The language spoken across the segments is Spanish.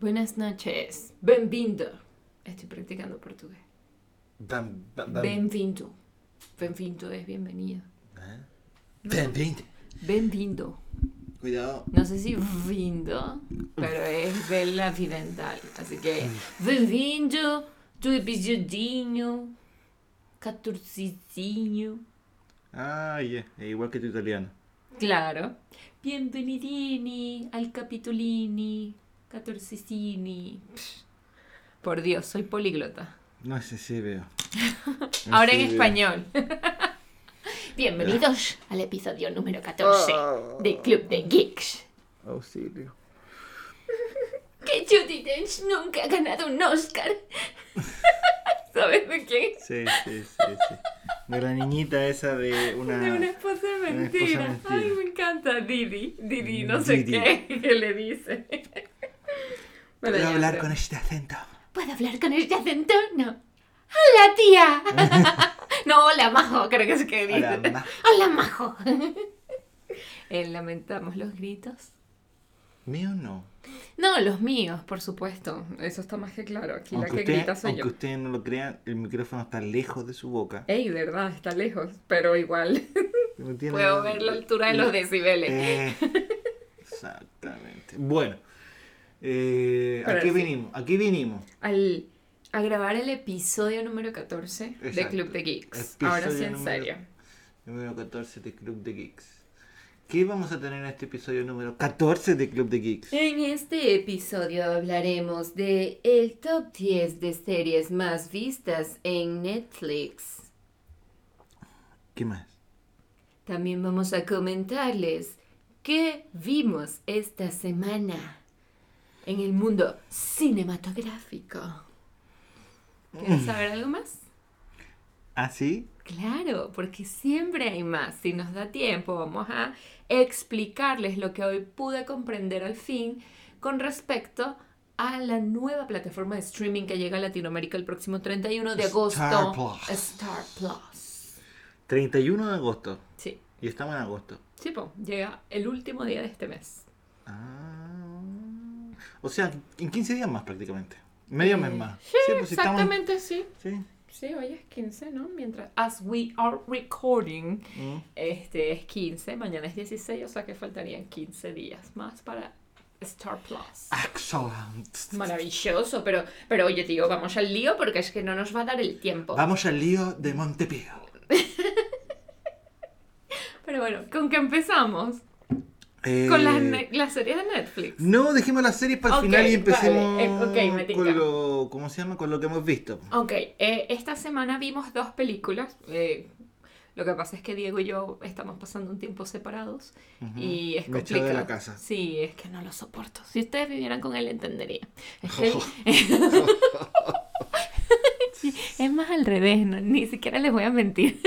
Buenas noches. Benvindo. Estoy practicando portugués. Ben, ben, ben- Benvindo. Benvindo es bienvenido. ¿Eh? Ben, ben. Benvindo. Cuidado. No sé si vindo, pero es del acidental. Así que, bem-vindo do episodinho 14. Ah, yeah. Es igual que tu italiano. Claro. Bienvenidini al capitolini 14. Por Dios, soy políglota. No sé si veo. No Ahora sé en si español. Bienvenidos al episodio número 14 Ah. del Club de Geeks. veo. Auxilio. Que Judy Dench nunca ha ganado un Oscar. ¿Sabes de quién? Sí, sí, sí, sí. De la niñita esa Ah. de una... De una esposa de esposa mentira. mentira. Ay, me encanta Didi. Didi, no sé Didi. qué, que le dice. Bueno, Puedo ya hablar sé. con este acento. ¿Puedo hablar con este acento? No. ¡Hola, tía! no, hola, majo, creo que es que dice. Hola, ma. Hola, majo. Eh, lamentamos los gritos. ¿Mío no? No, los míos, por supuesto. Eso está más que claro. Aquí la que usted- grita soy aunque yo. Eh, ustedes no lo crean, el micrófono está lejos de su boca. Ey, verdad, está lejos, pero igual No tiene- puedo ver la altura de los decibeles. Eh, exactamente. Bueno. Eh, ¿A Pero qué sí. vinimos? ¿A qué vinimos? Al, a grabar el episodio número 14 de Exacto. Club de Geeks. Ahora sí, Episodio en número- serio. Número 14 de Club de Geeks. ¿Qué vamos a tener en este episodio número 14 de Club de Geeks? En este episodio hablaremos de el top 10 de series más vistas en Netflix. ¿Qué más? También vamos a comentarles qué vimos esta semana en el mundo cinematográfico. ¿Quieres saber algo más? ¿Ah, sí? Claro, porque siempre hay más. Si nos da tiempo, vamos a explicarles lo que hoy pude comprender al fin con respecto a la nueva plataforma de streaming que llega a Latinoamérica el próximo 31 de agosto. Star Plus. Star Plus. 31 de agosto. Sí, Y estamos en agosto. sí, po, llega el último día de este mes. Ah. O sea, en 15 días más prácticamente. Medio mes más. Sí, pues si estamos- exactamente, sí. Sí. Sí, hoy es 15, ¿no? Mientras, as we are recording, Mm. Este es 15, mañana es 16, o sea que faltarían 15 días más para Star Plus. Excellent. Maravilloso, pero, pero oye, tío, vamos al lío porque es que no nos va a dar el tiempo. Vamos al lío de Montepío. Pero bueno, ¿con qué empezamos? Eh, Con las, ne- las series de Netflix. No, dejemos las series para el Ok, final y empecemos vale, eh, ok, me tinca. con lo, ¿cómo se llama? Con lo que hemos visto. Ok, eh, esta semana vimos dos películas. eh, lo que pasa es que Diego y yo estamos pasando un tiempo separados Ujú. y es Me echó de complicado. la casa. Sí, es que no lo soporto. Si ustedes vivieran con él, entenderían. Es que- Es más al revés, no- ni siquiera les voy a mentir.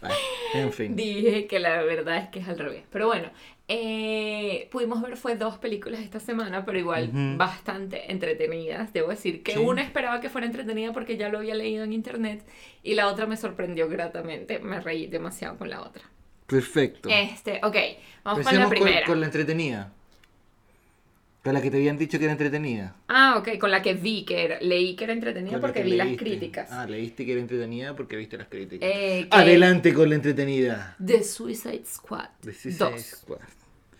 Vale, en fin. Dije que la verdad es que es al revés. Pero bueno, eh, pudimos ver fue dos películas esta semana, pero igual Ujú. bastante entretenidas. Debo decir que Sí. una esperaba que fuera entretenida porque ya lo había leído en internet y la otra me sorprendió gratamente. Me reí demasiado con la otra. Perfecto. Este, ok, vamos con la Empecemos primera. con la entretenida. Con la que te habían dicho que era entretenida. Ah, ok, con la que vi que era- leí que era entretenida Con la porque que vi las leíste. críticas. Ah, leíste que era entretenida porque viste las críticas. Eh, que- Adelante con la entretenida. The Suicide Squad The Suicide 2 Squad.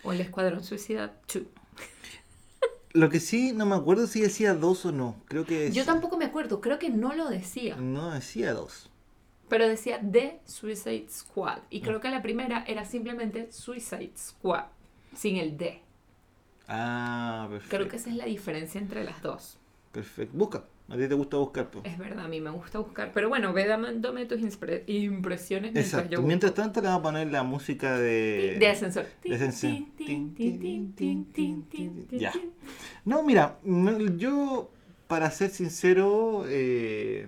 o el Escuadrón Suicida 2. Lo que sí, no me acuerdo si decía dos o no. Creo que Yo decía- tampoco me acuerdo, creo que no lo decía, No decía dos. pero decía The Suicide Squad. Y creo que la primera era simplemente Suicide Squad, sin el D. Ah, perfecto. Creo que esa es la diferencia entre las dos. Perfecto. Busca. A ti te gusta buscar, po. Es verdad, a mí me gusta buscar. Pero bueno, ve dándome tus impre- impresiones mientras yo Exacto. busco. Mientras tanto le vamos a poner la música de... De ascensor. de ascensor. Tin, tin, tin, tin, tin, tin, tin, Ya. tin. No, mira, no, yo, para ser sincero, eh,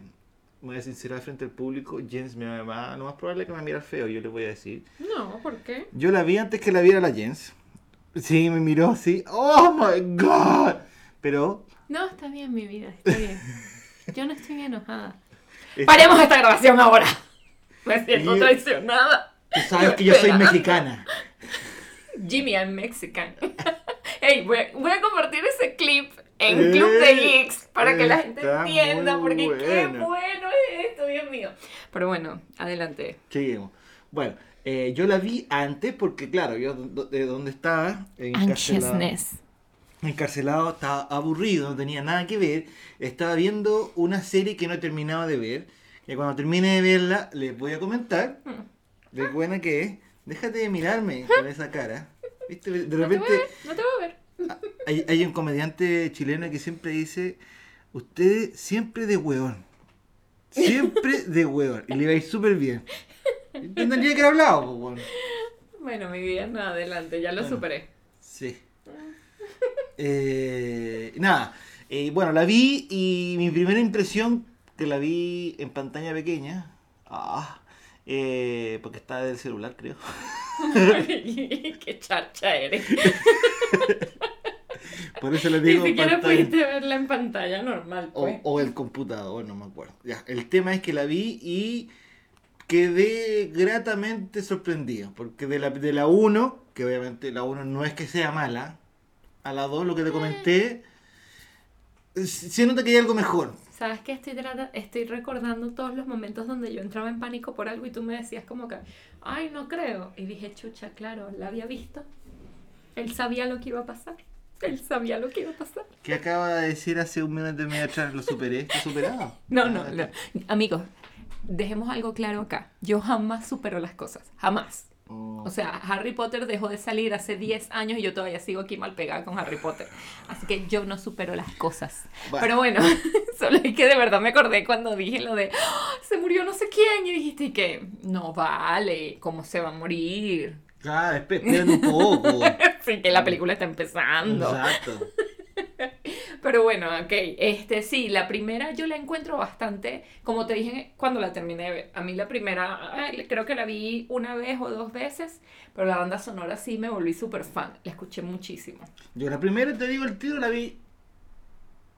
me voy a sincerar frente al público. Jens me va, lo más probable es que me va a mirar feo, yo le voy a decir. No, ¿por qué? Yo la vi antes que la viera la Jens. Sí, me miró así. ¡Oh my god! Pero. No, está bien mi vida, está bien. Yo no estoy enojada. es- ¡Paremos esta grabación ahora! Me siento Y- traicionada. Tú sabes que yo soy mexicana. Jimmy, I'm Mexican. Ey, voy, a, voy a compartir ese clip en Club de Eh, Geeks para que la gente está muy entienda, porque qué bueno. bueno es esto, Dios mío. Pero bueno, adelante. Seguimos. Bueno, eh, yo la vi antes porque, claro, yo do- de donde estaba, encarcelado, Anxiousness. encarcelado, estaba aburrido, no tenía nada que ver, estaba viendo una serie que no terminaba de ver, que cuando termine de verla les voy a comentar de buena que es. Déjate de mirarme con esa cara. ¿Viste? De No te voy a repente ver, no te voy a ver. hay, hay un comediante chileno que siempre dice, ustedes siempre de hueón. Siempre de hueón. Y le va a ir súper bien. No tendría que haber hablado, pues, weón. Bueno, mi vida, no, adelante, ya lo Bueno. superé. Sí. Eh, nada. Eh, bueno, la vi y mi primera impresión, que la vi en pantalla pequeña, ah, eh, porque está del celular, creo. qué charcha eres. Por eso le Ni digo en siquiera pantalla. Oh, pudiste verla en pantalla normal, O, pues. o el computador, no me acuerdo. Ya, el tema es que la vi y quedé gratamente sorprendido. Porque de la, de la 1, que obviamente la 1 no es que sea mala, a la 2, lo que te comenté, Mm. se se nota que hay algo mejor. ¿Sabes qué? Estoy, trata- estoy recordando todos los momentos donde yo entraba en pánico por algo y tú me decías como que, ay, no creo. Y dije, chucha, claro, la había visto. Él sabía lo que iba a pasar. Él sabía lo que iba a pasar. Que acaba de decir hace un minuto y medio atrás, lo superé, está superado. No, Ah, no, está. no. Amigos, dejemos algo claro acá. Yo jamás supero las cosas. Jamás. Oh. O sea, Harry Potter dejó de salir hace 10 años y yo todavía sigo aquí mal pegada con Harry Potter. Así que yo no supero las cosas. Bueno. Pero bueno, solo es que de verdad me acordé cuando dije lo de "Ah, se murió no sé quién y dijiste y que no vale, ¿cómo se va a morir? Ah, espe- espérate un poco. Así que la película está empezando. Mm. Exacto. Pero bueno, ok. Este, sí, la primera yo la encuentro bastante, como te dije cuando la terminé de ver. A mí la primera, ay, creo que la vi una vez o dos veces, pero la banda sonora sí me volví súper fan. La escuché muchísimo. Yo la primera, te digo el tiro, la vi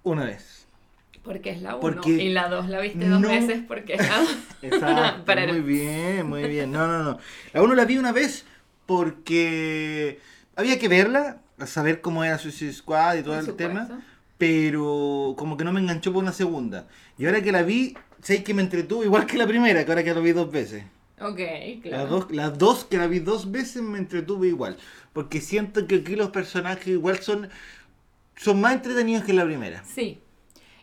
una vez. Porque es la uno. Porque y la dos la viste dos no- veces porque es la Exacto, Para- muy bien, muy bien. No, no, no. La uno la vi una vez porque había que verla, saber cómo era Suicide Squad y todo Por el supuesto. tema, pero como que no me enganchó por una segunda. Y ahora que la vi, sé que me entretuvo igual que la primera, que ahora que la vi dos veces. Ok, claro. Las dos, las dos que la vi dos veces me entretuve igual, porque siento que aquí los personajes igual son, son más entretenidos que la primera. Sí.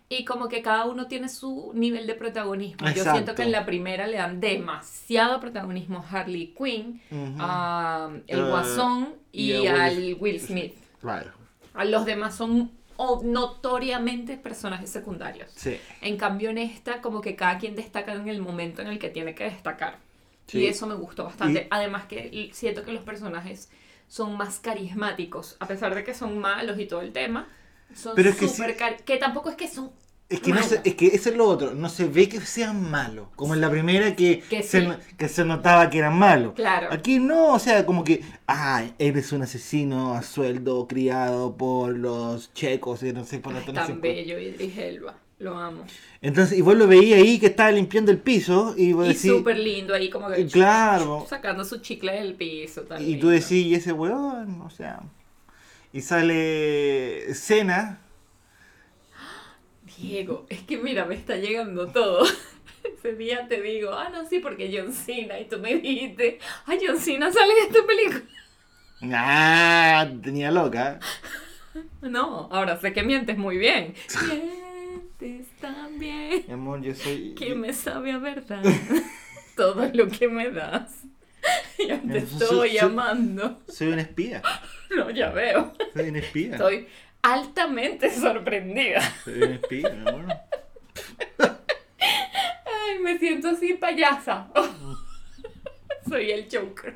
Y como que cada uno tiene su nivel de protagonismo. Yo siento Exacto. que en la primera le dan demasiado protagonismo a Harley Quinn, Ujú. a el Eh, Guasón y, y a al Will- Will Smith. Claro. A los demás son o- notoriamente personajes secundarios. Sí. En cambio, en esta, como que cada quien destaca en el momento en el que tiene que destacar. Sí. Y eso me gustó bastante. Y- Además que l- siento que los personajes son más carismáticos, a pesar de que son malos y todo el tema. Son Pero es que súper sí- cari- que tampoco es que son... Es que, no se- malos. es que eso es lo otro, no se ve que sean malos, como en la primera que, Que se, sí. no- que se notaba que eran malos. Claro. Aquí no, o sea, como que, ah, eres un asesino a sueldo criado por los checos y no sé por la Ay, no sé tan por- bello Idris Elba, lo amo. Entonces, y vos lo veías ahí que estaba limpiando el piso y vos Y decís, súper lindo ahí como que... claro, Sacando su chicle del piso. tan y lindo. tú decís, y ese weón, o sea, y sale Cena, Diego, es que mira, me está llegando todo. Ese día te digo, ah, no, sí, porque John Cena. Y tú me dijiste, ah, John Cena sale en esta película. ah, tenía loca. No, ahora sé que mientes muy bien. Mientes también. Mi amor, yo soy... Que me sabe a verdad. Todo lo que me das. Ya te Eso sí, estoy sí. amando. Soy un espía, No, ya veo. soy un espía. Estoy altamente sorprendida. Soy un espía, mi amor. Ay, me siento así payasa. Soy el Joker.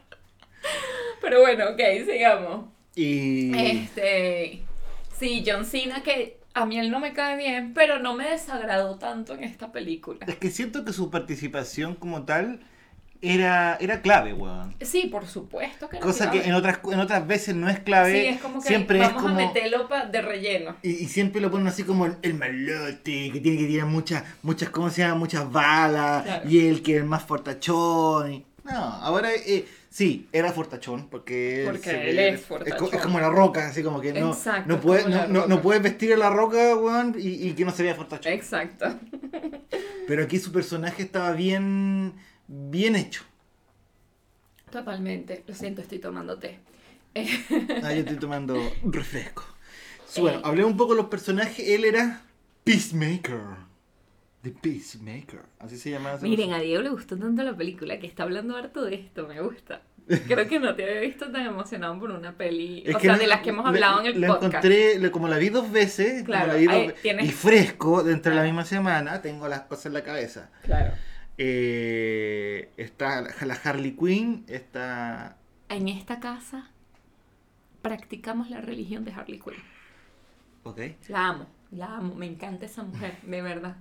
Pero bueno, ok, sigamos. Y. Este. Sí, John Cena, que a mí él no me cae bien, pero no me desagradó tanto en esta película. Es que siento que su participación como tal era, era clave, weón. Sí, por supuesto que no. Cosa que en otras, en otras veces no es clave. Sí, es como que siempre vamos es como. a meterlo pa- de relleno. Y, y siempre lo ponen así como el, el malote, que tiene que tirar muchas, muchas, ¿cómo se llama? Muchas balas. Claro. Y el que es el más fortachón. y- No, ahora eh, Sí, era fortachón, porque, Porque se él ve- es fortachón. co- es como la roca, así como que no, Exacto, no, puedes, como La no, no- no Roca. puedes vestir a la roca, weón, y, y que no se vea fortachón. Exacto. Eh. Pero aquí su personaje estaba bien, bien hecho. Totalmente. Lo siento, estoy tomando té. Ah, yo estoy tomando refresco. Sí, Eh. Bueno, hablé un poco de los personajes. Él era Peacemaker. The Peacemaker. Así se llamaba. ese Miren, personaje. a Diego le gustó tanto la película que está hablando harto de esto, me gusta. Creo que no te había visto tan emocionado por una peli, Es o que sea, la- de las que hemos la- hablado en el la podcast. encontré, la- como la vi dos veces, como Claro, la vi dos ahí ve- tienes- Ah. y fresco, dentro de la misma semana, tengo las cosas en la cabeza. Claro. Eh, está la Harley Quinn, está... En esta casa practicamos la religión de Harley Quinn. Ok. La amo, la amo, me encanta esa mujer, de verdad.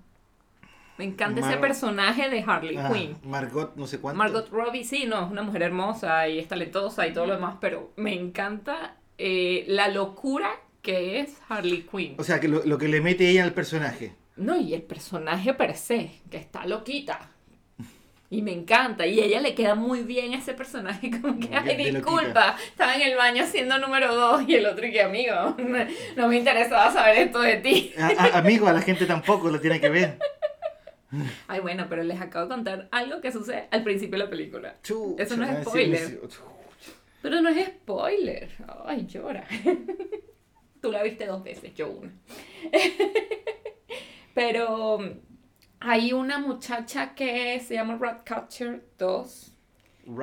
Me encanta ese Mar- personaje de Harley Ah, Quinn. Margot, no sé cuánto. Margot Robbie, sí, no, es una mujer hermosa y es talentosa y todo lo demás, pero me encanta eh, la locura que es Harley Quinn. O sea, que lo, lo que le mete ella al personaje. No, y el personaje per se, que está loquita. Y me encanta, y a ella le queda muy bien ese personaje, como que, Bien ay, de disculpa, estaba en el baño haciendo número dos y el otro que amigo, no me interesaba saber esto de ti. A- a- amigo, a la gente tampoco lo tiene que ver. Ay, bueno, pero les acabo de contar algo que sucede al principio de la película. Chu, Eso no se es va a decir- spoiler. Pero no es spoiler. Ay, llora. Tú la viste dos veces, yo una. Pero um, hay una muchacha que se llama Ratcatcher 2,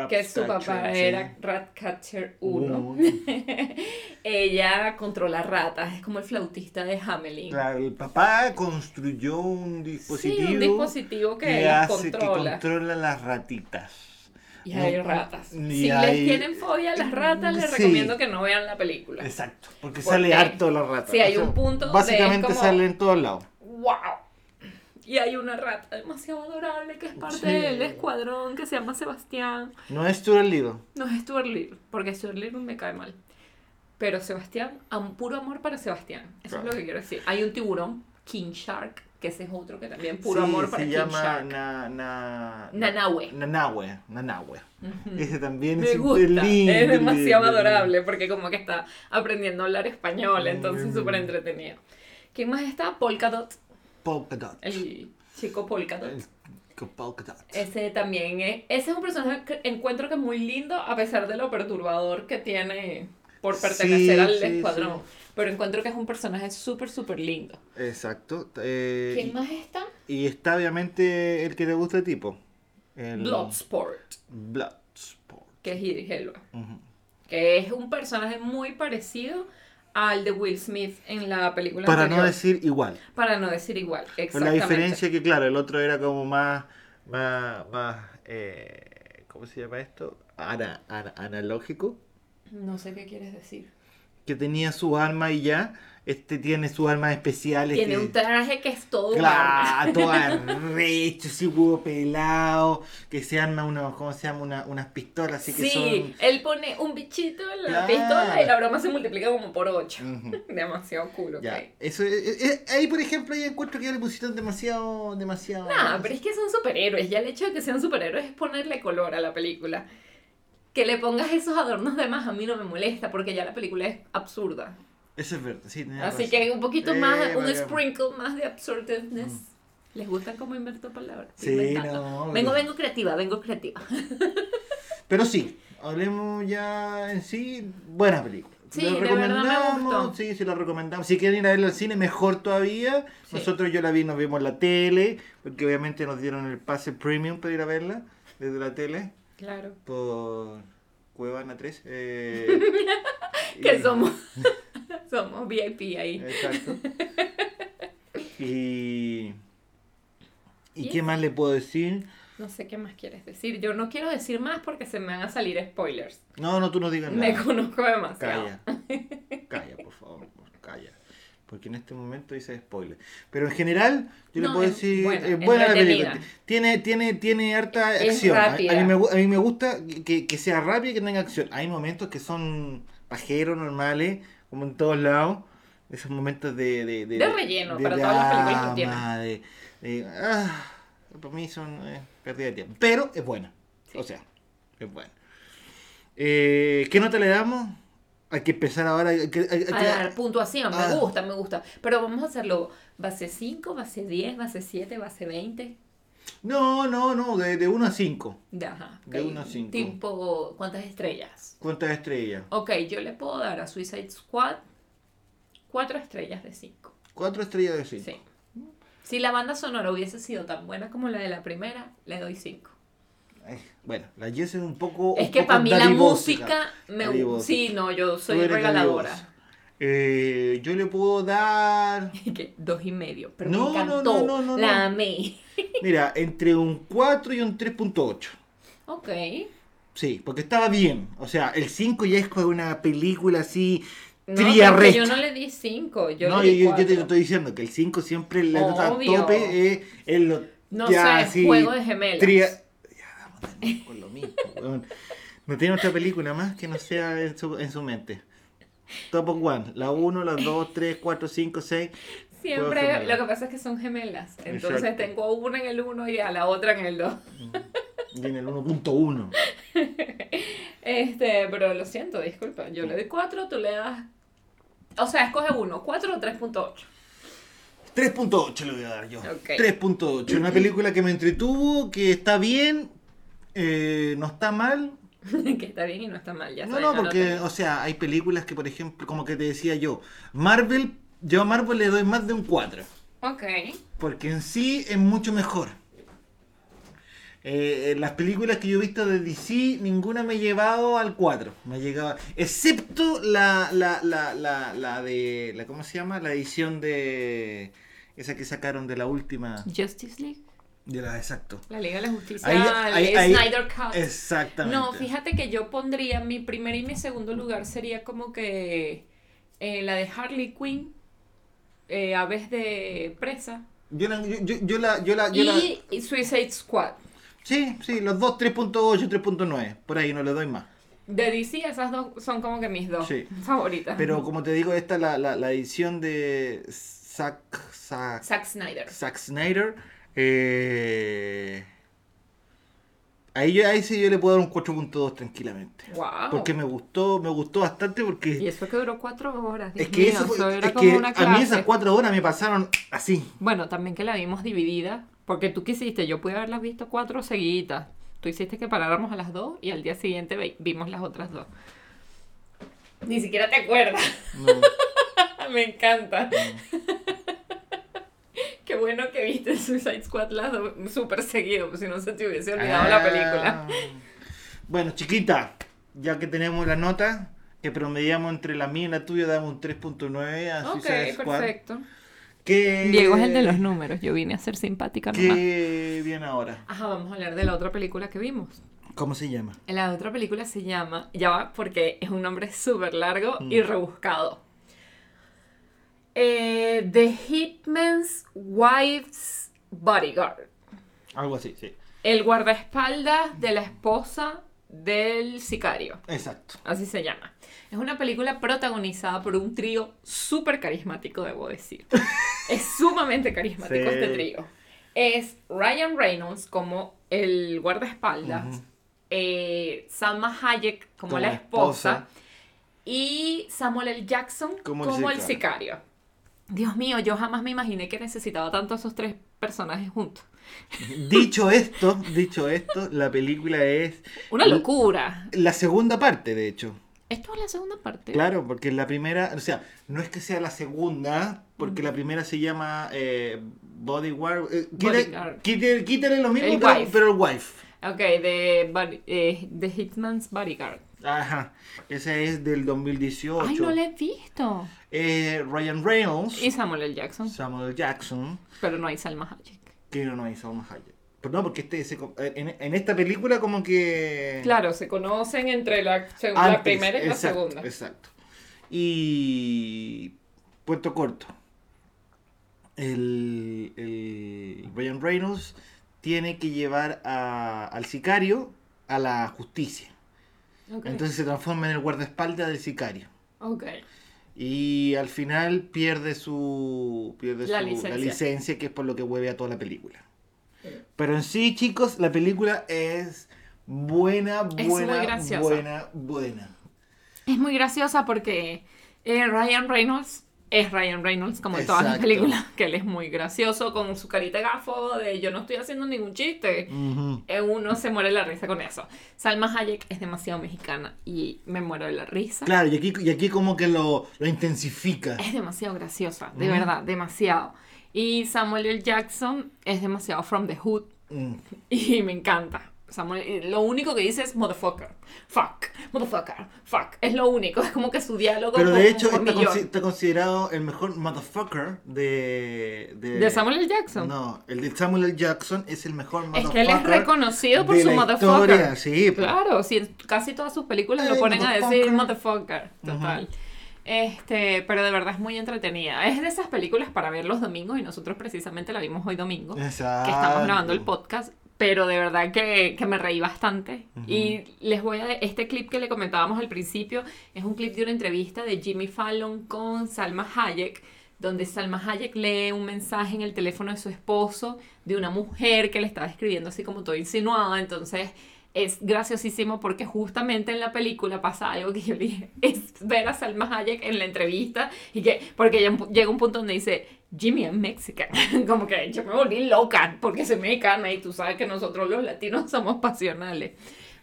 que su papá Rapscatcher, sí. era Ratcatcher 1. Uno. Ella controla ratas, es como el flautista de Hamelin. Claro, el papá construyó un dispositivo, sí, un dispositivo que, que las hace controla. que controla las ratitas. Y hay No, ratas. y si les hay- tienen fobia a las ratas, les Sí. recomiendo que no vean la película. Exacto, porque Porque sale harto la rata. sí, hay un punto donde Básicamente es como- sale en todos lados. ¡Wow! Y hay una rata demasiado adorable que es parte Sí. del escuadrón que se llama Sebastián. No es tu libro. No es Stuart Little, porque Stuart Little me cae mal. Pero Sebastián, am- puro amor para Sebastián. Eso Claro. es lo que quiero decir. Hay un tiburón, King Shark, que ese es otro que también puro amor para se King llama Shark. na, na, Nanahue. Nanahue, Nanahue. Ujú. Ese también Me es gusta, lindo, es demasiado lindo, adorable porque como que está aprendiendo a hablar español, entonces Mm. súper entretenido. ¿Quién más está? Polkadot, Polka dot. el Eh. chico Polkadot. El- con polka dot. Ese también es. Ese es un personaje que encuentro que es muy lindo, a pesar de lo perturbador que tiene por pertenecer Sí, al sí, escuadrón. sí. Pero encuentro que es un personaje súper, súper lindo. Exacto. eh, ¿Quién más está? Y está obviamente el que te gusta a ti, po. El Bloodsport, Bloodsport. que es Idris Elba. Ujú. Que es un personaje muy parecido al de Will Smith en la película Para anterior. no decir igual. Para no decir igual, Pero la exactamente. diferencia es que, claro, el otro era como más. más, más eh, ¿Cómo se llama esto? Ana- ana- analógico. No sé qué quieres decir. Que tenía su arma y ya. Este tiene sus armas especiales. Tiene que- un traje que es todo humano. Claro, todo arrecho, sí, huevo pelado, que se arma unos, ¿cómo se llama? Una- unas pistolas, así que Sí, son... él pone un bichito en la Claro. pistola y la broma se multiplica como por 8. Ujú. Demasiado cool, ok. Ya, eso es- es- es- ahí por ejemplo yo encuentro que ya le pusieron demasiado, demasiado. Nah, pero es que son superhéroes. Ya el hecho de que sean superhéroes es ponerle color a la película. Que le pongas esos adornos de más a mí no me molesta porque ya la película es absurda. Eso es verdad, Ah, pues sí, tenía Así razón. que un poquito más, Eh, un vale. sprinkle más de absurdness. ¿Les gustan cómo invierto palabras? Sí, Inventando. no. Vengo, pero- vengo creativa, vengo creativa. Pero sí, hablemos ya en sí, buena película. Sí, La de verdad me gustó. sí, sí la recomendamos. Si quieren ir a verla al cine, mejor todavía. Sí. Nosotros yo la vi, nos vimos en la tele, porque obviamente nos dieron el pase premium para ir a verla desde la tele. Claro. por Cuevana eh, 3. Que somos, somos VIP Eh. ahí. Exacto. Y. ¿Y qué más le puedo decir? No sé qué más quieres decir. Yo no quiero decir más porque se me van a salir spoilers. No, no, tú no digas Me nada. conozco demasiado. Calla. Calla, por favor, por- calla. Porque en este momento hice spoiler. Pero en general, yo No, le puedo es decir. buena, es buena la película. entretenida. Tiene, tiene, tiene harta Es acción. A- A, rápida. mí me, gu- a mí me gusta que, que sea rápida y que tenga acción. Hay momentos que son pajeros, normales, como en todos lados. Esos momentos de. De, De relleno, para todas las películas que tiene. drama, de- de, ah, para mí son eh, pérdida de tiempo. Pero es buena. Sí. O sea, es buena. Eh, ¿Qué nota le damos? Hay que empezar ahora. hay que- hay- hay que- A dar puntuación, Ah. me gusta, me gusta. Pero vamos a hacerlo base 5, base 10, base 7, base 20. No, no, no, de, de 1 a 5. De, ajá, De ok. uno a cinco. Tipo, ¿cuántas estrellas? ¿Cuántas estrellas? Ok, yo le puedo dar a Suicide Squad 4 estrellas de 5. 4 estrellas de 5. Sí. Si la banda sonora hubiese sido tan buena como la de la primera, le doy 5. Bueno, la Jess es un poco. Es un que poco para mí la dadivosa. música me Dadivosa. gusta. Sí, no, yo Tú soy eres regaladora. dadivosa. Eh, yo le puedo dar. Y que Dos y medio, pero No, me no, encantó. no, no, no, la no. amé. Mira, entre un 4 y un 3.8. Ok. Sí, porque estaba bien. O sea, el 5 ya es como una película así. No, Tría pero es que yo recta. no le di 5. Yo no, le yo, di yo- yo te cuatro. estoy diciendo que el 5 siempre la nota a Obvio. tope es, es lo No ya sé, así, juego de gemelas. tria- Ya, vamos de nuevo con lo mismo, weón. No tiene otra película más que no sea en su, en su mente. Top of One, la 1, la 2, 3, 4, 5, 6. Juego de Siempre gemelas. lo que pasa es que son gemelas. Entonces Exacto. tengo a una en el 1 y a la otra en el 2. Y en el 1.1. Este, pero lo siento, disculpa. Yo le doy 4, tú le das. O sea, escoge uno, 4 o 3.8. 3.8 le voy a dar yo. Ok. 3.8. Una película que me entretuvo, que está bien, eh, no está mal, que está bien y no está mal, ya No, saben, no, porque, anoten. o sea, hay películas que, por ejemplo, como que te decía yo, Marvel, yo a Marvel le doy más de un 4, Ok. porque en sí es mucho mejor. Eh, eh, las películas que yo he visto de DC, ninguna me ha llevado al 4, me ha llegado, excepto la, la, la, la, la de, la, ¿cómo se llama? La edición de, esa que sacaron de la última, Justice League. de la, exacto. La Liga de la Justicia. Ahí- ahí- el ahí- Snyder Cut. Exactamente. No, fíjate que yo pondría mi primer y mi segundo lugar sería como que eh, la de Harley Quinn, eh, Aves de Presa Yo la, yo, yo- yo la, yo la, Ah, yo la- y, y Suicide Squad. Sí, sí, los dos 3.8, 3.9, por ahí no le doy más. De DC esas dos son como que mis dos Sí. favoritas. Pero como te digo, esta la, la, la edición de Zack, Zack, Zack Snyder. Zack Snyder. eh, ahí, yo, ahí sí yo le puedo dar un 4.2 tranquilamente. Wow. Porque me gustó, me gustó bastante porque... Y eso que duró cuatro horas. Dios Es que, mío, eso fue- eso era es como que una a mí clase. esas cuatro horas me pasaron así. Bueno, también que la vimos dividida, porque tú quisiste, yo pude haberlas visto cuatro seguiditas. Tú hiciste que paráramos a las dos y al día siguiente ve- vimos las otras dos. Ni siquiera te acuerdas. No. Me encanta. Qué bueno que viste Suicide Squad las dos súper seguido, pues si no se te hubiese olvidado la película. Ah. Bueno, chiquita, ya que tenemos la nota, que promediamos entre la mía y la tuya, damos un 3.9 a Ok, Suicide Squad. Eh, perfecto. Que- Diego es el de los números, yo vine a ser simpática nomás. Que viene ahora. Ajá, vamos a hablar de la otra película que vimos. ¿Cómo se llama? La otra película se llama, ya va, porque es un nombre súper largo y rebuscado. Eh, The Hitman's Wife's Bodyguard. Algo así, sí. El guardaespaldas de la esposa del sicario. Exacto. Así se llama. Es una película protagonizada por un trío súper carismático, debo decir. es sumamente carismático Sí. este trío. Es Ryan Reynolds como el guardaespaldas, Ujú. eh, Salma Hayek como, Como la la esposa, esposa. y Samuel L. Jackson Como como, el el sicario. Dios mío, yo jamás me imaginé que necesitaba tanto a esos tres personajes juntos. Dicho esto, dicho esto, la película es Una L- locura. la segunda parte, de hecho. Esto es la segunda parte. Claro, porque la primera, o sea, no es que sea la segunda, porque la primera se llama eh, Bodyguard. eh, quítale- Bodyguard. quítale, quítale lo mismo, El pero, wife. pero el wife. Ok, de Body- eh, The Hitman's Bodyguard. Ajá, esa es del 2018. Ay, no la he visto. Eh, Ryan Reynolds, Y Samuel L. Jackson, Samuel Jackson, pero no hay Salma Hayek. que no hay Salma Hayek. Pero no, porque este, se co- en, en esta película como que... Claro, se conocen entre la, seg- la Antes, primera y exacto, la segunda. Exacto. Y Puerto Corto. El, el Ryan Reynolds tiene que llevar a- al sicario a la justicia. Ok. Entonces se transforma en el guardaespaldas del sicario. Ok. Y al final pierde su, pierde La su- licencia. licencia, que es por lo que hueve a toda la película. Pero en sí, chicos, la película es buena, Es muy buena, graciosa. buena, buena. Es muy graciosa porque eh, Ryan Reynolds es Ryan Reynolds, como en todas las Exacto. películas, que él es muy gracioso con su carita de gafo de yo no estoy haciendo ningún chiste. Ujú. Eh, Uno se muere de la risa con eso. Salma Hayek es demasiado mexicana y me muero de la risa. Claro, y aquí, y aquí como que lo, lo intensifica. Es demasiado graciosa, de Ujú. verdad, demasiado. Y Samuel L. Jackson es demasiado from the hood Mm. y me encanta. Samuel, eh, lo único que dice es motherfucker, fuck, motherfucker, fuck. Es lo único, es como que su diálogo Pero con- de hecho con está, Millón. consi- está considerado el mejor motherfucker de... De, de Samuel L. Jackson. Eh, No, el de Samuel L. Jackson es el mejor es motherfucker. que él es reconocido por de su la motherfucker. historia, sí, pues. Claro, sí, en casi todas sus películas lo Ay, ponen a decir motherfucker. Eh, motherfucker. Total. Este, pero de verdad es muy entretenida. Es de esas películas para ver los domingos y nosotros precisamente la vimos hoy domingo, Exacto. que estamos grabando el podcast, pero de verdad que, que me reí bastante. Y les voy a... de- Este clip que le comentábamos al principio es un clip de una entrevista de Jimmy Fallon con Salma Hayek, donde Salma Hayek lee un mensaje en el teléfono de su esposo de una mujer que le estaba escribiendo así como todo insinuada, entonces es graciosísimo porque justamente en la película pasa algo que yo le dije, es ver a Salma Hayek en la entrevista y que, porque ella pu- llega un punto donde dice, Jimmy es mexican, como que yo me volví loca porque soy mexicana y tú sabes que nosotros los latinos somos pasionales.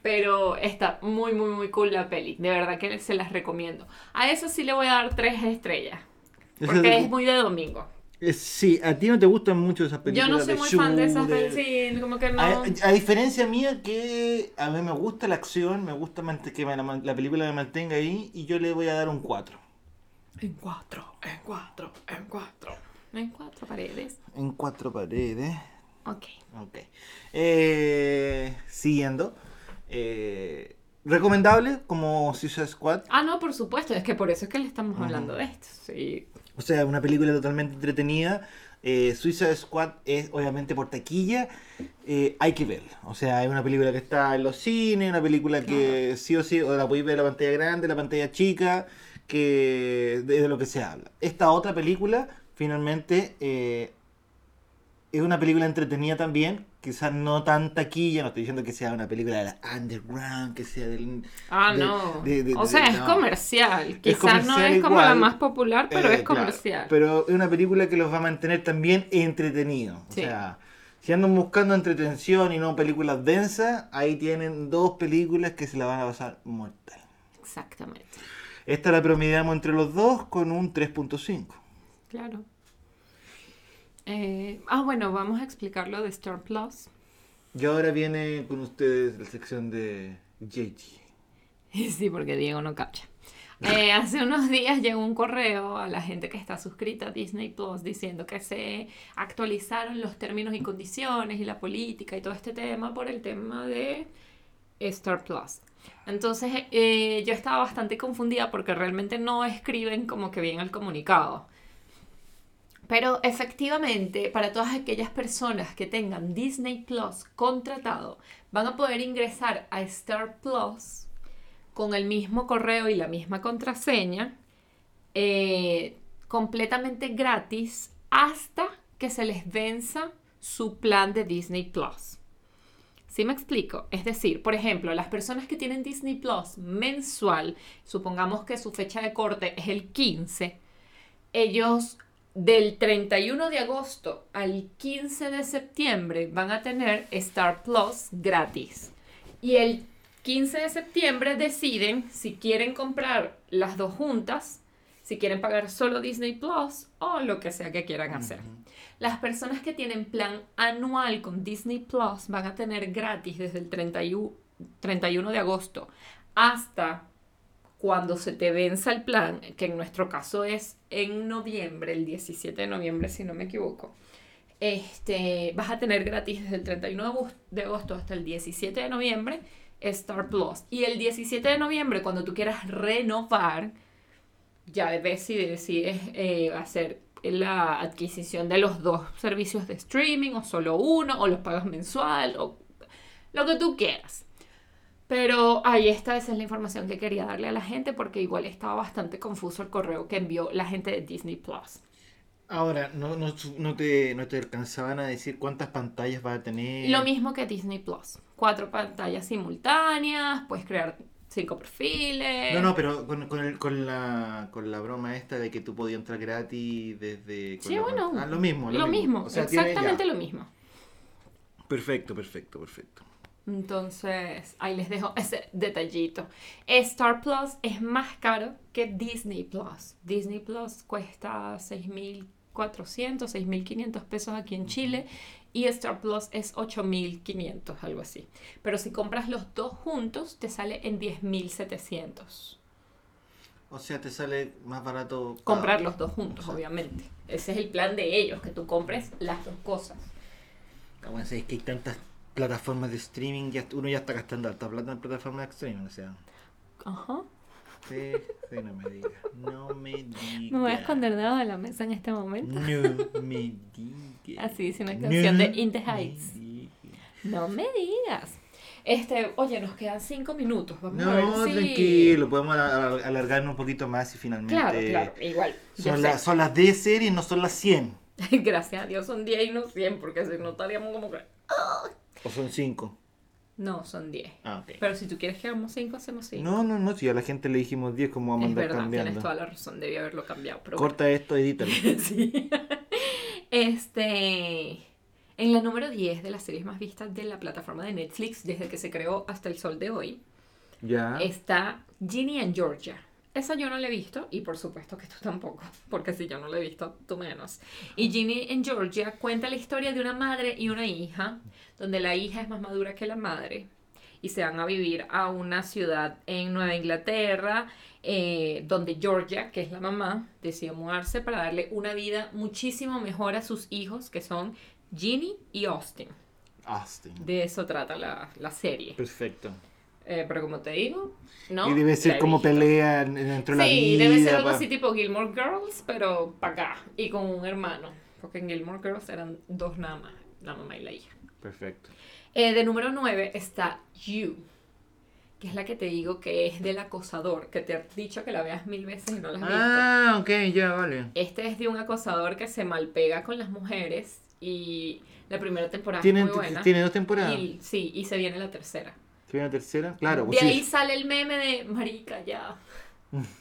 Pero está muy, muy, muy cool la peli. De verdad que se las recomiendo. A eso sí le voy a dar tres estrellas. Ese Porque es- es muy de domingo. Eh, Sí, a ti no te gustan mucho esas Yo películas. no soy muy fan de esas shooter. pelis. sí, como que no. A, a diferencia mía que a mí me gusta la acción, me gusta mant- que me la, man- la película me mantenga ahí y yo le voy a dar un 4. En cuatro, en cuatro, en cuatro. En cuatro paredes. En cuatro paredes. Ok. Ok. Eh, siguiendo. Eh, recomendable como Suicide Squad. Ah, no, por supuesto, es que por eso es que le estamos Ujú. hablando de esto. Sí. O sea, una película totalmente entretenida. Eh, Suicide Squad es obviamente por taquilla. Eh, hay que verla. O sea, es una película que está en los cines, una película que sí o sí, o la podéis ver en la pantalla grande, la pantalla chica, que de, de lo que se habla. Esta otra película, finalmente, eh, es una película entretenida también. Quizás no tan taquilla, no estoy diciendo que sea una película de la underground, que sea del... Ah, de- no. de- de- o sea, de- es no. comercial. Quizás no comercial es como la igual. más popular, pero Eh, es claro, comercial. pero es una película que los va a mantener también entretenidos. Sí. O sea, si andan buscando entretención y no películas densas, ahí tienen dos películas que se la van a pasar mortal. Exactamente. Esta la promediamos entre los dos con un 3.5. Claro. Eh, ah, bueno, vamos a explicar lo de Storm Plus. Y ahora viene con ustedes la sección de JT. Sí, porque Diego no cacha. Eh, hace unos días llegó un correo a la gente que está suscrita a Disney Plus diciendo que se actualizaron los términos y condiciones y la política y todo este tema por el tema de Star Plus. Entonces eh, yo estaba bastante confundida porque realmente no escriben como que bien el comunicado. Pero efectivamente, para todas aquellas personas que tengan Disney Plus contratado, van a poder ingresar a Star Plus con el mismo correo y la misma contraseña, eh, completamente gratis hasta que se les venza su plan de Disney Plus. ¿Sí me explico? Es decir, por ejemplo, las personas que tienen Disney Plus mensual, supongamos que su fecha de corte es el 15, ellos del 31 de agosto al 15 de septiembre van a tener Star Plus gratis. Y el 15 de septiembre deciden si quieren comprar las dos juntas, si quieren pagar solo Disney Plus o lo que sea que quieran hacer. Las personas que tienen plan anual con Disney Plus van a tener gratis desde el 31, 31 de agosto hasta cuando se te venza el plan, que en nuestro caso es en noviembre, el 17 de noviembre si no me equivoco, este, vas a tener gratis desde el 31 de agos- de agosto hasta el 17 de noviembre Star Plus. Y el 17 de noviembre, cuando tú quieras renovar, ya ves si decides eh, hacer la adquisición de los dos servicios de streaming o solo uno o los pagas mensual o lo que tú quieras. Pero ahí está, esa es la información que quería darle a la gente porque igual estaba bastante confuso el correo que envió la gente de Disney Plus. Ahora, no, no, su- no te, no te alcanzaban a decir cuántas pantallas va a tener. Lo mismo que Disney Plus. cuatro pantallas simultáneas, puedes crear cinco perfiles. No, no, pero con, con, el- con la, con la broma esta de que tú podías entrar gratis desde... con Sí, la- bueno. Ah, lo mismo. Lo, Lo mismo, O sea, tienes ya. exactamente lo mismo. Perfecto, perfecto, perfecto. Entonces, ahí les dejo ese detallito. Star Plus es más caro que Disney Plus. Disney Plus cuesta 6.400, 6.500 pesos aquí en Chile y Star Plus es 8.500, algo así. Pero si compras los dos juntos, te sale en 10.700. O sea, te sale más barato... cada Comprar uno. los dos juntos, obviamente. Ese es el plan de ellos, que tú compres las dos cosas. Ah, Bueno, es que hay tantas plataformas de streaming, ya, uno ya está gastando alta plata en plataformas de streaming, o sea... Ajá. Sí, sí, no me digas. No me digas. Me voy a esconder debajo de la mesa en este momento. No me digas. Así dice una No canción de In the me Heights. digas. No me digas. Este, oye, nos quedan cinco minutos. Vamos a ver No, si... tranquilo, podemos alar- alargarnos un poquito más y finalmente. Claro, claro, igual. yo Son, sé. las- son las 10 series, no son las 100. Gracias a Dios son 10 y no 100, porque si no estaríamos como que... O son 5. No, son 10. Ah, ok. Pero si tú quieres que hagamos 5, hacemos 5. No, no, no, si a la gente le dijimos 10, ¿cómo vamos a es andar verdad, tienes toda cambiando? la razón, debí haberlo cambiado. Pero bueno. Corta esto, edítalo. Sí. Este. En la número 10 de las series más vistas de la plataforma de Netflix desde que se creó hasta el sol de hoy, Ya. está Ginny and Georgia. Esa yo no la he visto y por supuesto que tú tampoco, porque si yo no la he visto, tú menos. Y Ginny and Georgia cuenta la historia de una madre y una hija, donde la hija es más madura que la madre y se van a vivir a una ciudad en Nueva Inglaterra, eh, donde Georgia, que es la mamá, decide mudarse para darle una vida muchísimo mejor a sus hijos, que son Ginny y Austin. Austin. De eso trata la, la serie. Perfecto. Eh, pero como te digo, no. y debe la ser como visto. pelean dentro de la vida. pues. Sí, debe ser algo pa- así tipo Gilmore Girls, pero para acá y con un hermano. Porque en Gilmore Girls eran dos nada más, la mamá y la hija. Perfecto. Eh, de número 9 está You, que es la que te digo que es del acosador, que te he dicho que la veas mil veces y no la has visto. Ah, ok, ya, vale. Este es de un acosador que se malpega con las mujeres y la primera temporada es ¿Tiene, muy buena. tiene dos temporadas. y, sí, y se viene la tercera. ¿Tiene una tercera? Claro, De pues ahí sí. sale el meme de Marica ya.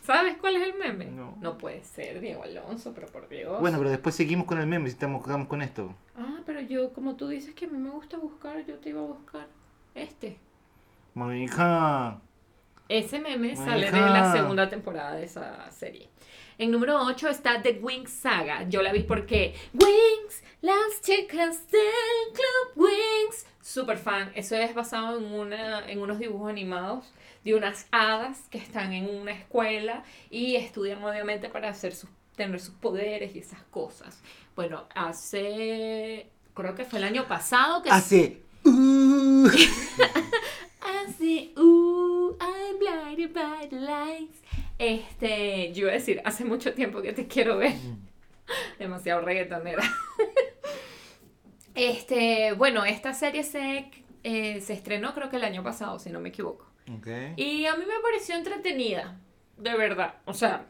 ¿Sabes cuál es el meme? No. puede ser, Diego Alonso, pero por Dios. Bueno, pero después seguimos con el meme si estamos jugamos con esto. Ah, pero yo, como tú dices que a mí me gusta buscar, yo te iba a buscar este. Monija. Ese meme Ajá. sale de la segunda temporada de esa serie. En número 8 está The Wings Saga. Yo la vi porque Wings, las chicas del club Wings. Super fan. Eso es basado en, una, en unos dibujos animados de unas hadas que están en una escuela y estudian obviamente para hacer sus, tener sus poderes y esas cosas. Bueno, hace... Creo que fue el año pasado que... Hace. Uh, Hace, uh, I'm blinded by the lights. Este, yo iba a decir, hace mucho tiempo que te quiero ver. Demasiado reggaetonera. Este, bueno, esta serie se, eh, se estrenó creo que el año pasado, si no me equivoco. ok. Y a mí me pareció entretenida, de verdad. O sea,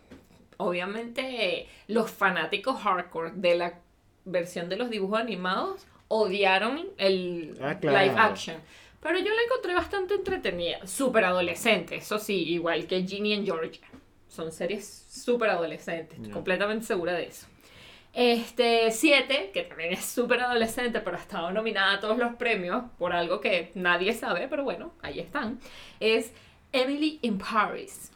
obviamente eh, los fanáticos hardcore de la versión de los dibujos animados odiaron el Ah, claro. live action. Pero yo la encontré bastante entretenida, súper adolescente, eso sí, igual que Ginny and Georgia. Son series súper adolescentes, estoy Ya. completamente segura de eso. Este 7, que también es súper adolescente, pero ha estado nominada a todos los premios por algo que nadie sabe, pero bueno, ahí están, es Emily in Paris.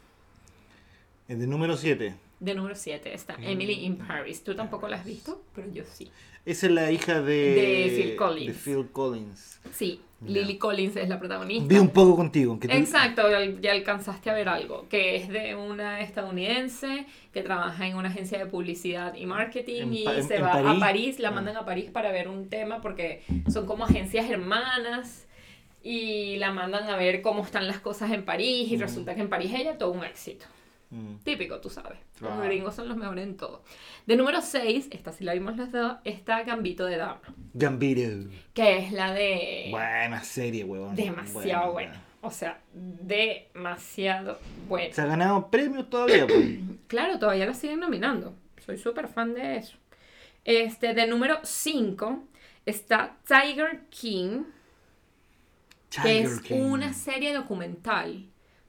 El Eh, de número 7. De número 7 está Mm. Emily in Paris. Tú tampoco la has visto, pero yo sí. Esa es la hija de. De Phil Collins. de Phil Collins. Sí, Ya. Lily Collins es la protagonista. Vi un poco contigo. aunque tú- Exacto, ya- ya alcanzaste a ver algo, que es de una estadounidense que trabaja en una agencia de publicidad y marketing En y Pa- en- se en va a París. París, la Ah. mandan a París para ver un tema porque son como agencias hermanas y la mandan a ver cómo están las cosas en París y Mm. resulta que en París ella todo un éxito. Mm. Típico, tú sabes. Los Claro. gringos son los mejores en todo. De número 6, esta sí la vimos los dos, está Gambito de Dama, Gambito. que es la de... Buena serie, huevón. Eh, Demasiado buena. O sea, demasiado buena. Se ha ganado premios todavía, pues. Claro, todavía la siguen nominando. Soy súper fan de eso. Este, de número 5 está Tiger King. que Tiger es King. una serie documental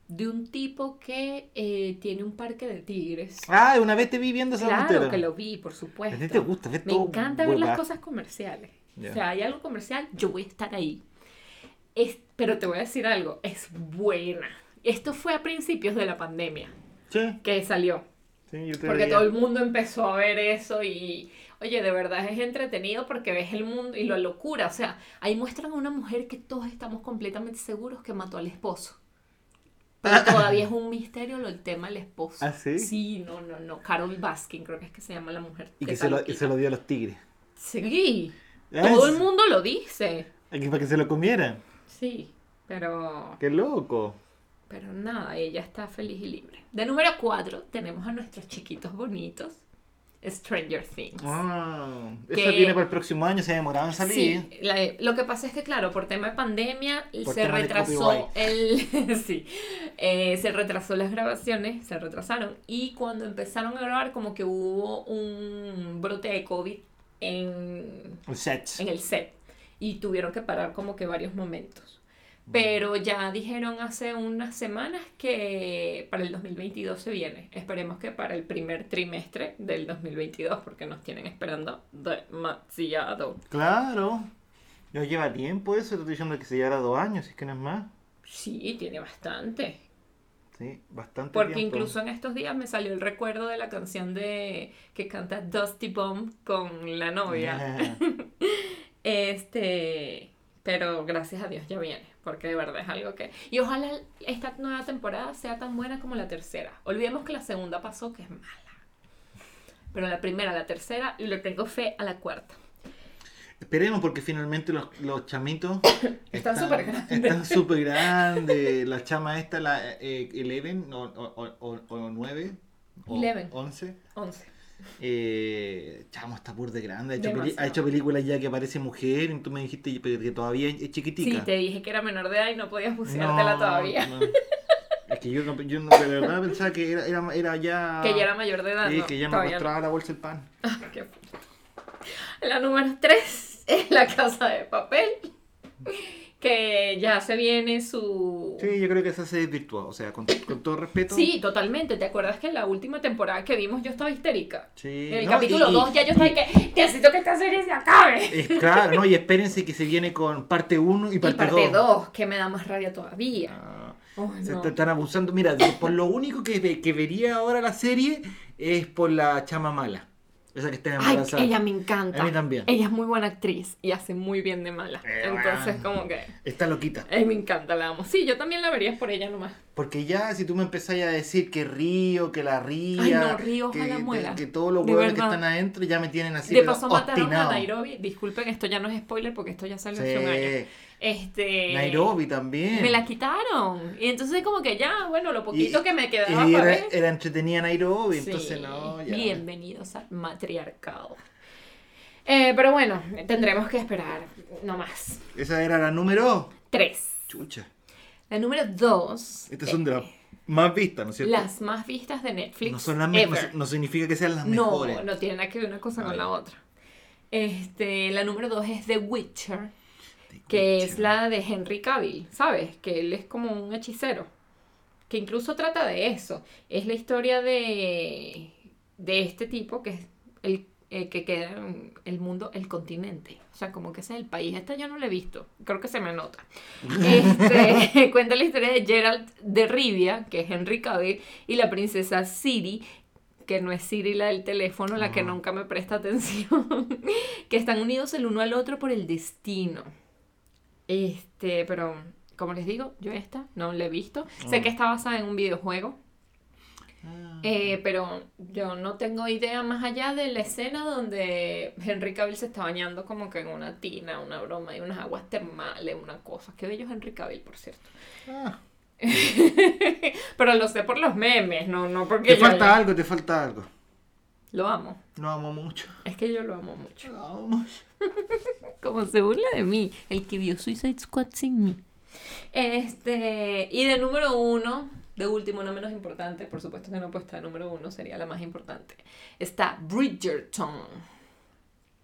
de un tipo que eh, tiene un parque de tigres. Ah, una vez te vi viendo esa Claro tontera. que lo vi, por supuesto. A ti te gusta, ves Me todo encanta ver las huevazo. cosas comerciales. Ya. O sea, hay algo comercial, yo voy a estar ahí. Es- pero te voy a decir algo, es buena. Esto fue a principios de la pandemia Sí, que salió. sí, yo te Porque veía. todo el mundo empezó a ver eso y, oye, de verdad es entretenido porque ves el mundo y la locura. O sea, ahí muestran a una mujer que todos estamos completamente seguros que mató al esposo. Pero todavía es un misterio lo el tema del esposo. ¿Ah, sí? Sí, no, no, no. Carol Baskin creo que es que se llama la mujer. Y que que está se lo, loquita. se lo dio a los tigres. Sí, Ah, todo es- el mundo lo dice. Aquí para que se lo comieran. Sí, pero, Qué loco. pero nada, ella está feliz y libre. De número 4 tenemos a nuestros chiquitos bonitos, Stranger Things. Ah, Que- Esa viene para el próximo año, se demoraban en salir. Sí, la- lo que pasa es que, claro, por tema de pandemia Por se tema de retrasó copyright. el. sí, eh, se retrasó las grabaciones, se retrasaron. Y cuando empezaron a grabar, como que hubo un brote de COVID en, El set. en el set. Y tuvieron que parar como que varios momentos. Mm. Pero ya dijeron hace unas semanas que para el 2022 se viene. Esperemos que para el primer trimestre del 2022, porque nos tienen esperando demasiado. Claro. No lleva tiempo eso, te estoy diciendo que se llevará dos años, si es que no es más. Sí, tiene bastante. Sí, bastante Porque tiempo. incluso en estos días me salió el recuerdo de la canción de que canta Dusty Bomb con la novia. Este, pero gracias a Dios ya viene, porque de verdad es algo que y ojalá esta nueva temporada sea tan buena como la tercera. Olvidemos que la segunda pasó que es mala. Pero la primera, la tercera, y le tengo fe a la cuarta. Esperemos porque finalmente los, los chamitos Están súper grandes. Están súper grandes. La chama esta, la eh, Eleven o, o, o, o- o 9 o Eleven. 11. Once. Eh, chamo, está pur de grande. Ha hecho, peli- Demasiado. ha hecho películas ya que parece mujer. Y tú me dijiste pero que todavía es chiquitica. Sí, te dije que era menor de edad y no podías buceártela No, todavía. no. Es que yo, no- yo no- de verdad pensaba que era, era, era ya. Que ya era mayor de edad. Sí, no, que ya no todavía no. mostraba la bolsa el pan. Qué puto. La número 3 es La Casa de Papel, que ya se viene su... Sí, yo creo que esa se desvirtuó. O sea, con, con todo respeto. Oh. Sí, totalmente. ¿Te acuerdas que en la última temporada que vimos yo estaba histérica? Sí, En el no, capítulo y- y- 2 ya yo estaba y- que necesito que esta serie se acabe. Es claro, ¿no? Y espérense que se viene con parte 1 y Y parte parte 2. 2, que me da más rabia todavía. Ay, Se no. está- están abusando. Mira, de- por lo único que, ve- que vería ahora la serie es por la chama mala. Esa que está Ay, embarazada. ella me encanta. A mí también. Ella es muy buena actriz y hace muy bien de mala. Eh, Entonces, bueno. como que... Está loquita. Ay, me encanta, la amo. Sí, yo también la vería por ella nomás. Porque ya, si tú me empezás a decir que Río, que la Ría, Ay, no, Río, que, ojalá que- muera. que todos los De huevones que verdad. están adentro ya me tienen así. de pero paso mataron obstinado. a Nairobi. Disculpen, esto ya no es spoiler porque esto ya salió hace un año. Sí. Este, Nairobi también. Me la quitaron. Y entonces como que ya, bueno, lo poquito Y- que me y quedaba para era, ver. era entretenida Nairobi, Sí, entonces no, ya. Bienvenidos al matriarcado. Eh, pero bueno, tendremos que esperar no más. Esa era la número. Tres. Chucha. La número dos. Estas eh, son de las más vistas, ¿no es cierto? las más vistas de Netflix. no son las mismas, ever. no significa que sean las No, mejores. no tiene nada que ver una cosa Ah, con ya. la otra. Este, la número dos es The Witcher, Te que escucha. es la de Henry Cavill, ¿sabes? Que él es como un hechicero, que incluso trata de eso. Es la historia de, de este tipo que es el eh, que queda en el mundo, el continente. O sea, como que ese es el país. Esta yo no la he visto, creo que se me nota. Este, cuenta la historia de Gerald de Rivia, que es Henry Cavill, y la princesa Siri que no es Siri la del teléfono, la que Ah. nunca me presta atención, que están unidos el uno al otro por el destino. Este, pero como les digo, yo esta no la he visto. Sé Ah. que está basada en un videojuego, Ah. eh, pero yo no tengo idea más allá de la escena donde Henry Cavill se está bañando como que en una tina, una broma, y unas aguas termales, una cosa. Qué bello es Henry Cavill, por cierto. Ah. pero lo sé por los memes, no, no porque Te yo falta algo, te falta algo. lo amo. No amo mucho. Es que yo lo amo mucho. No amo mucho. Como se burla de mí, el que vio Suicide Squad sin mí. Este, y de número uno, de último, no menos importante, por supuesto pues que no puede estar número uno, sería la más importante, está Bridgerton.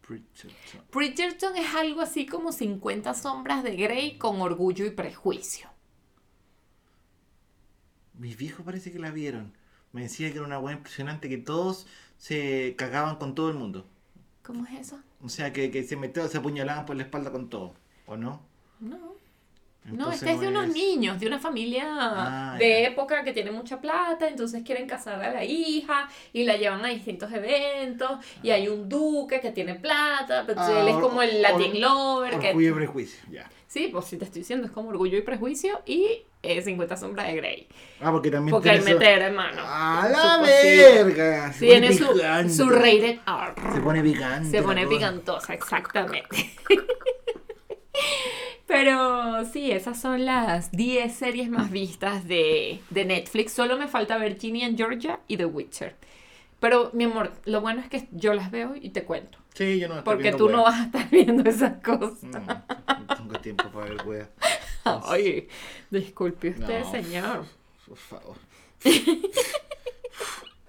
Bridgerton. Bridgerton es algo así como 50 sombras de Grey con orgullo y prejuicio. Mis viejos parece que la vieron. Me decía que era una buena impresionante, que todos se cagaban con todo el mundo. ¿Cómo es eso? O sea, que, que se metían, se apuñalaban por la espalda con todo, ¿o no? No. No, Entonces este es de unos es- niños, de una familia Ah, de ya. época que tiene mucha plata, entonces quieren casar a la hija y la llevan a distintos eventos y hay un duque que tiene plata, pero Ah, él es or- como el or- Latin lover. que- Orgullo y prejuicio, ya. Sí, pues si te estoy diciendo, es como Orgullo y Prejuicio y eh, 50 sombras de Grey. Ah, porque también Porque él tiene su- meter hermano. ¡A Su la cosita. verga! Se Tiene pone su, picante. su rated R. Se pone picante. Se la pone cosa. picantosa, exactamente. Pero sí, esas son las 10 series más vistas de, de Netflix. Solo me falta Virginia and Georgia y The Witcher. Pero, mi amor, lo bueno es que yo las veo y te cuento. Sí, yo no estoy Porque viendo tú no weas. vas a estar viendo esas cosas. No, no tengo tiempo para ver wea. Ay, disculpe usted, No. señor. Por favor.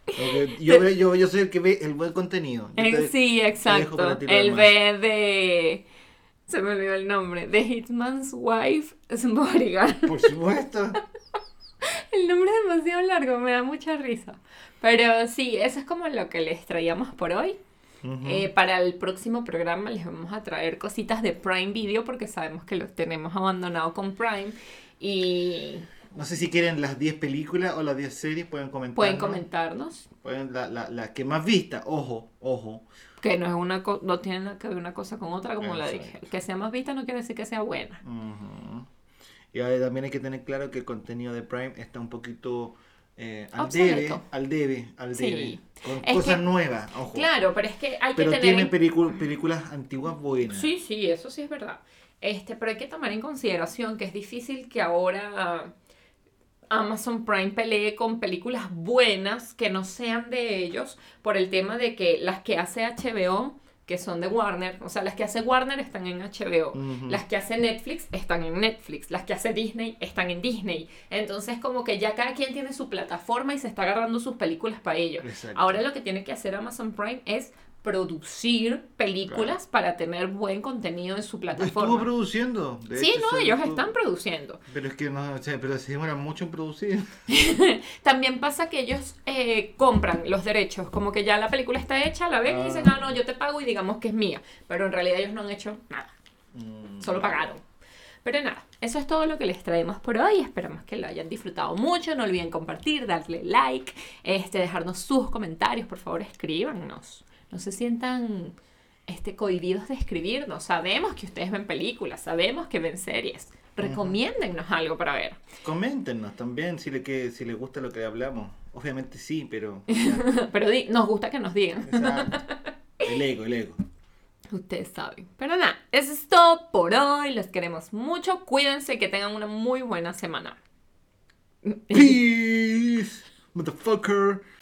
Porque yo, veo- yo, yo soy el que ve el buen contenido. Yo Eh, te- sí, dejo para exacto. ti lo El demás. B de. Se me olvidó el nombre. The Hitman's Wife es un bodyguard. Por supuesto. El nombre es demasiado largo, me da mucha risa. Pero sí, eso es como lo que les traíamos por hoy. Ujú. Eh, para el próximo programa les vamos a traer cositas de Prime Video porque sabemos que los tenemos abandonado con Prime. Y No sé si quieren las 10 películas o las 10 series, pueden comentar. pueden comentarnos Pueden la, la, la que más vista, ojo, ojo. que no es una co- no tiene nada que ver una cosa con otra, como la dije. Exacto. Que sea más vista no quiere decir que sea buena. Ujú. Y ahora también hay que tener claro que el contenido de Prime está un poquito eh, al Obsoleto. debe, al debe, al Sí. debe. Con Es cosas que- nuevas, ojo. Claro, pero es que hay Pero que tener tiene en pelicu- películas antiguas buenas. Sí, sí, eso sí es verdad. Este, pero hay que tomar en consideración que es difícil que ahora Amazon Prime pelee con películas buenas que no sean de ellos por el tema de que las que hace HBO, que son de Warner, o sea, las que hace Warner están en HBO. Ujú. Las que hace Netflix están en Netflix, las que hace Disney están en Disney. Entonces como que ya cada quien tiene su plataforma y se está agarrando sus películas para ellos. Exacto. Ahora lo que tiene que hacer Amazon Prime es producir películas para tener buen contenido en su Estuvo plataforma. produciendo. de Sí, hecho, no, se- ellos estuvo- están produciendo. Pero es que no, o sea, pero se demoran mucho en producir. También pasa que ellos eh, compran los derechos, como que ya la película está hecha, la ven y dicen, Ah. ah, no, yo te pago y digamos que es mía. Pero en realidad ellos no han hecho nada, Mm. solo pagaron. Pero nada, eso es todo lo que les traemos por hoy. Esperamos que lo hayan disfrutado mucho. No olviden compartir, darle like, este, dejarnos sus comentarios. Por favor, escríbanos. No se sientan este, cohibidos de escribirnos. Sabemos que ustedes ven películas, sabemos que ven series. Recomiéndennos algo para ver. Coméntenos también si le, que, si les gusta lo que hablamos. Obviamente sí, pero. Pero di- nos gusta que nos digan. Exacto. El ego, el ego. Ustedes saben. Pero nada, eso es todo por hoy. Los queremos mucho. Cuídense y que tengan una muy buena semana. Peace, motherfucker.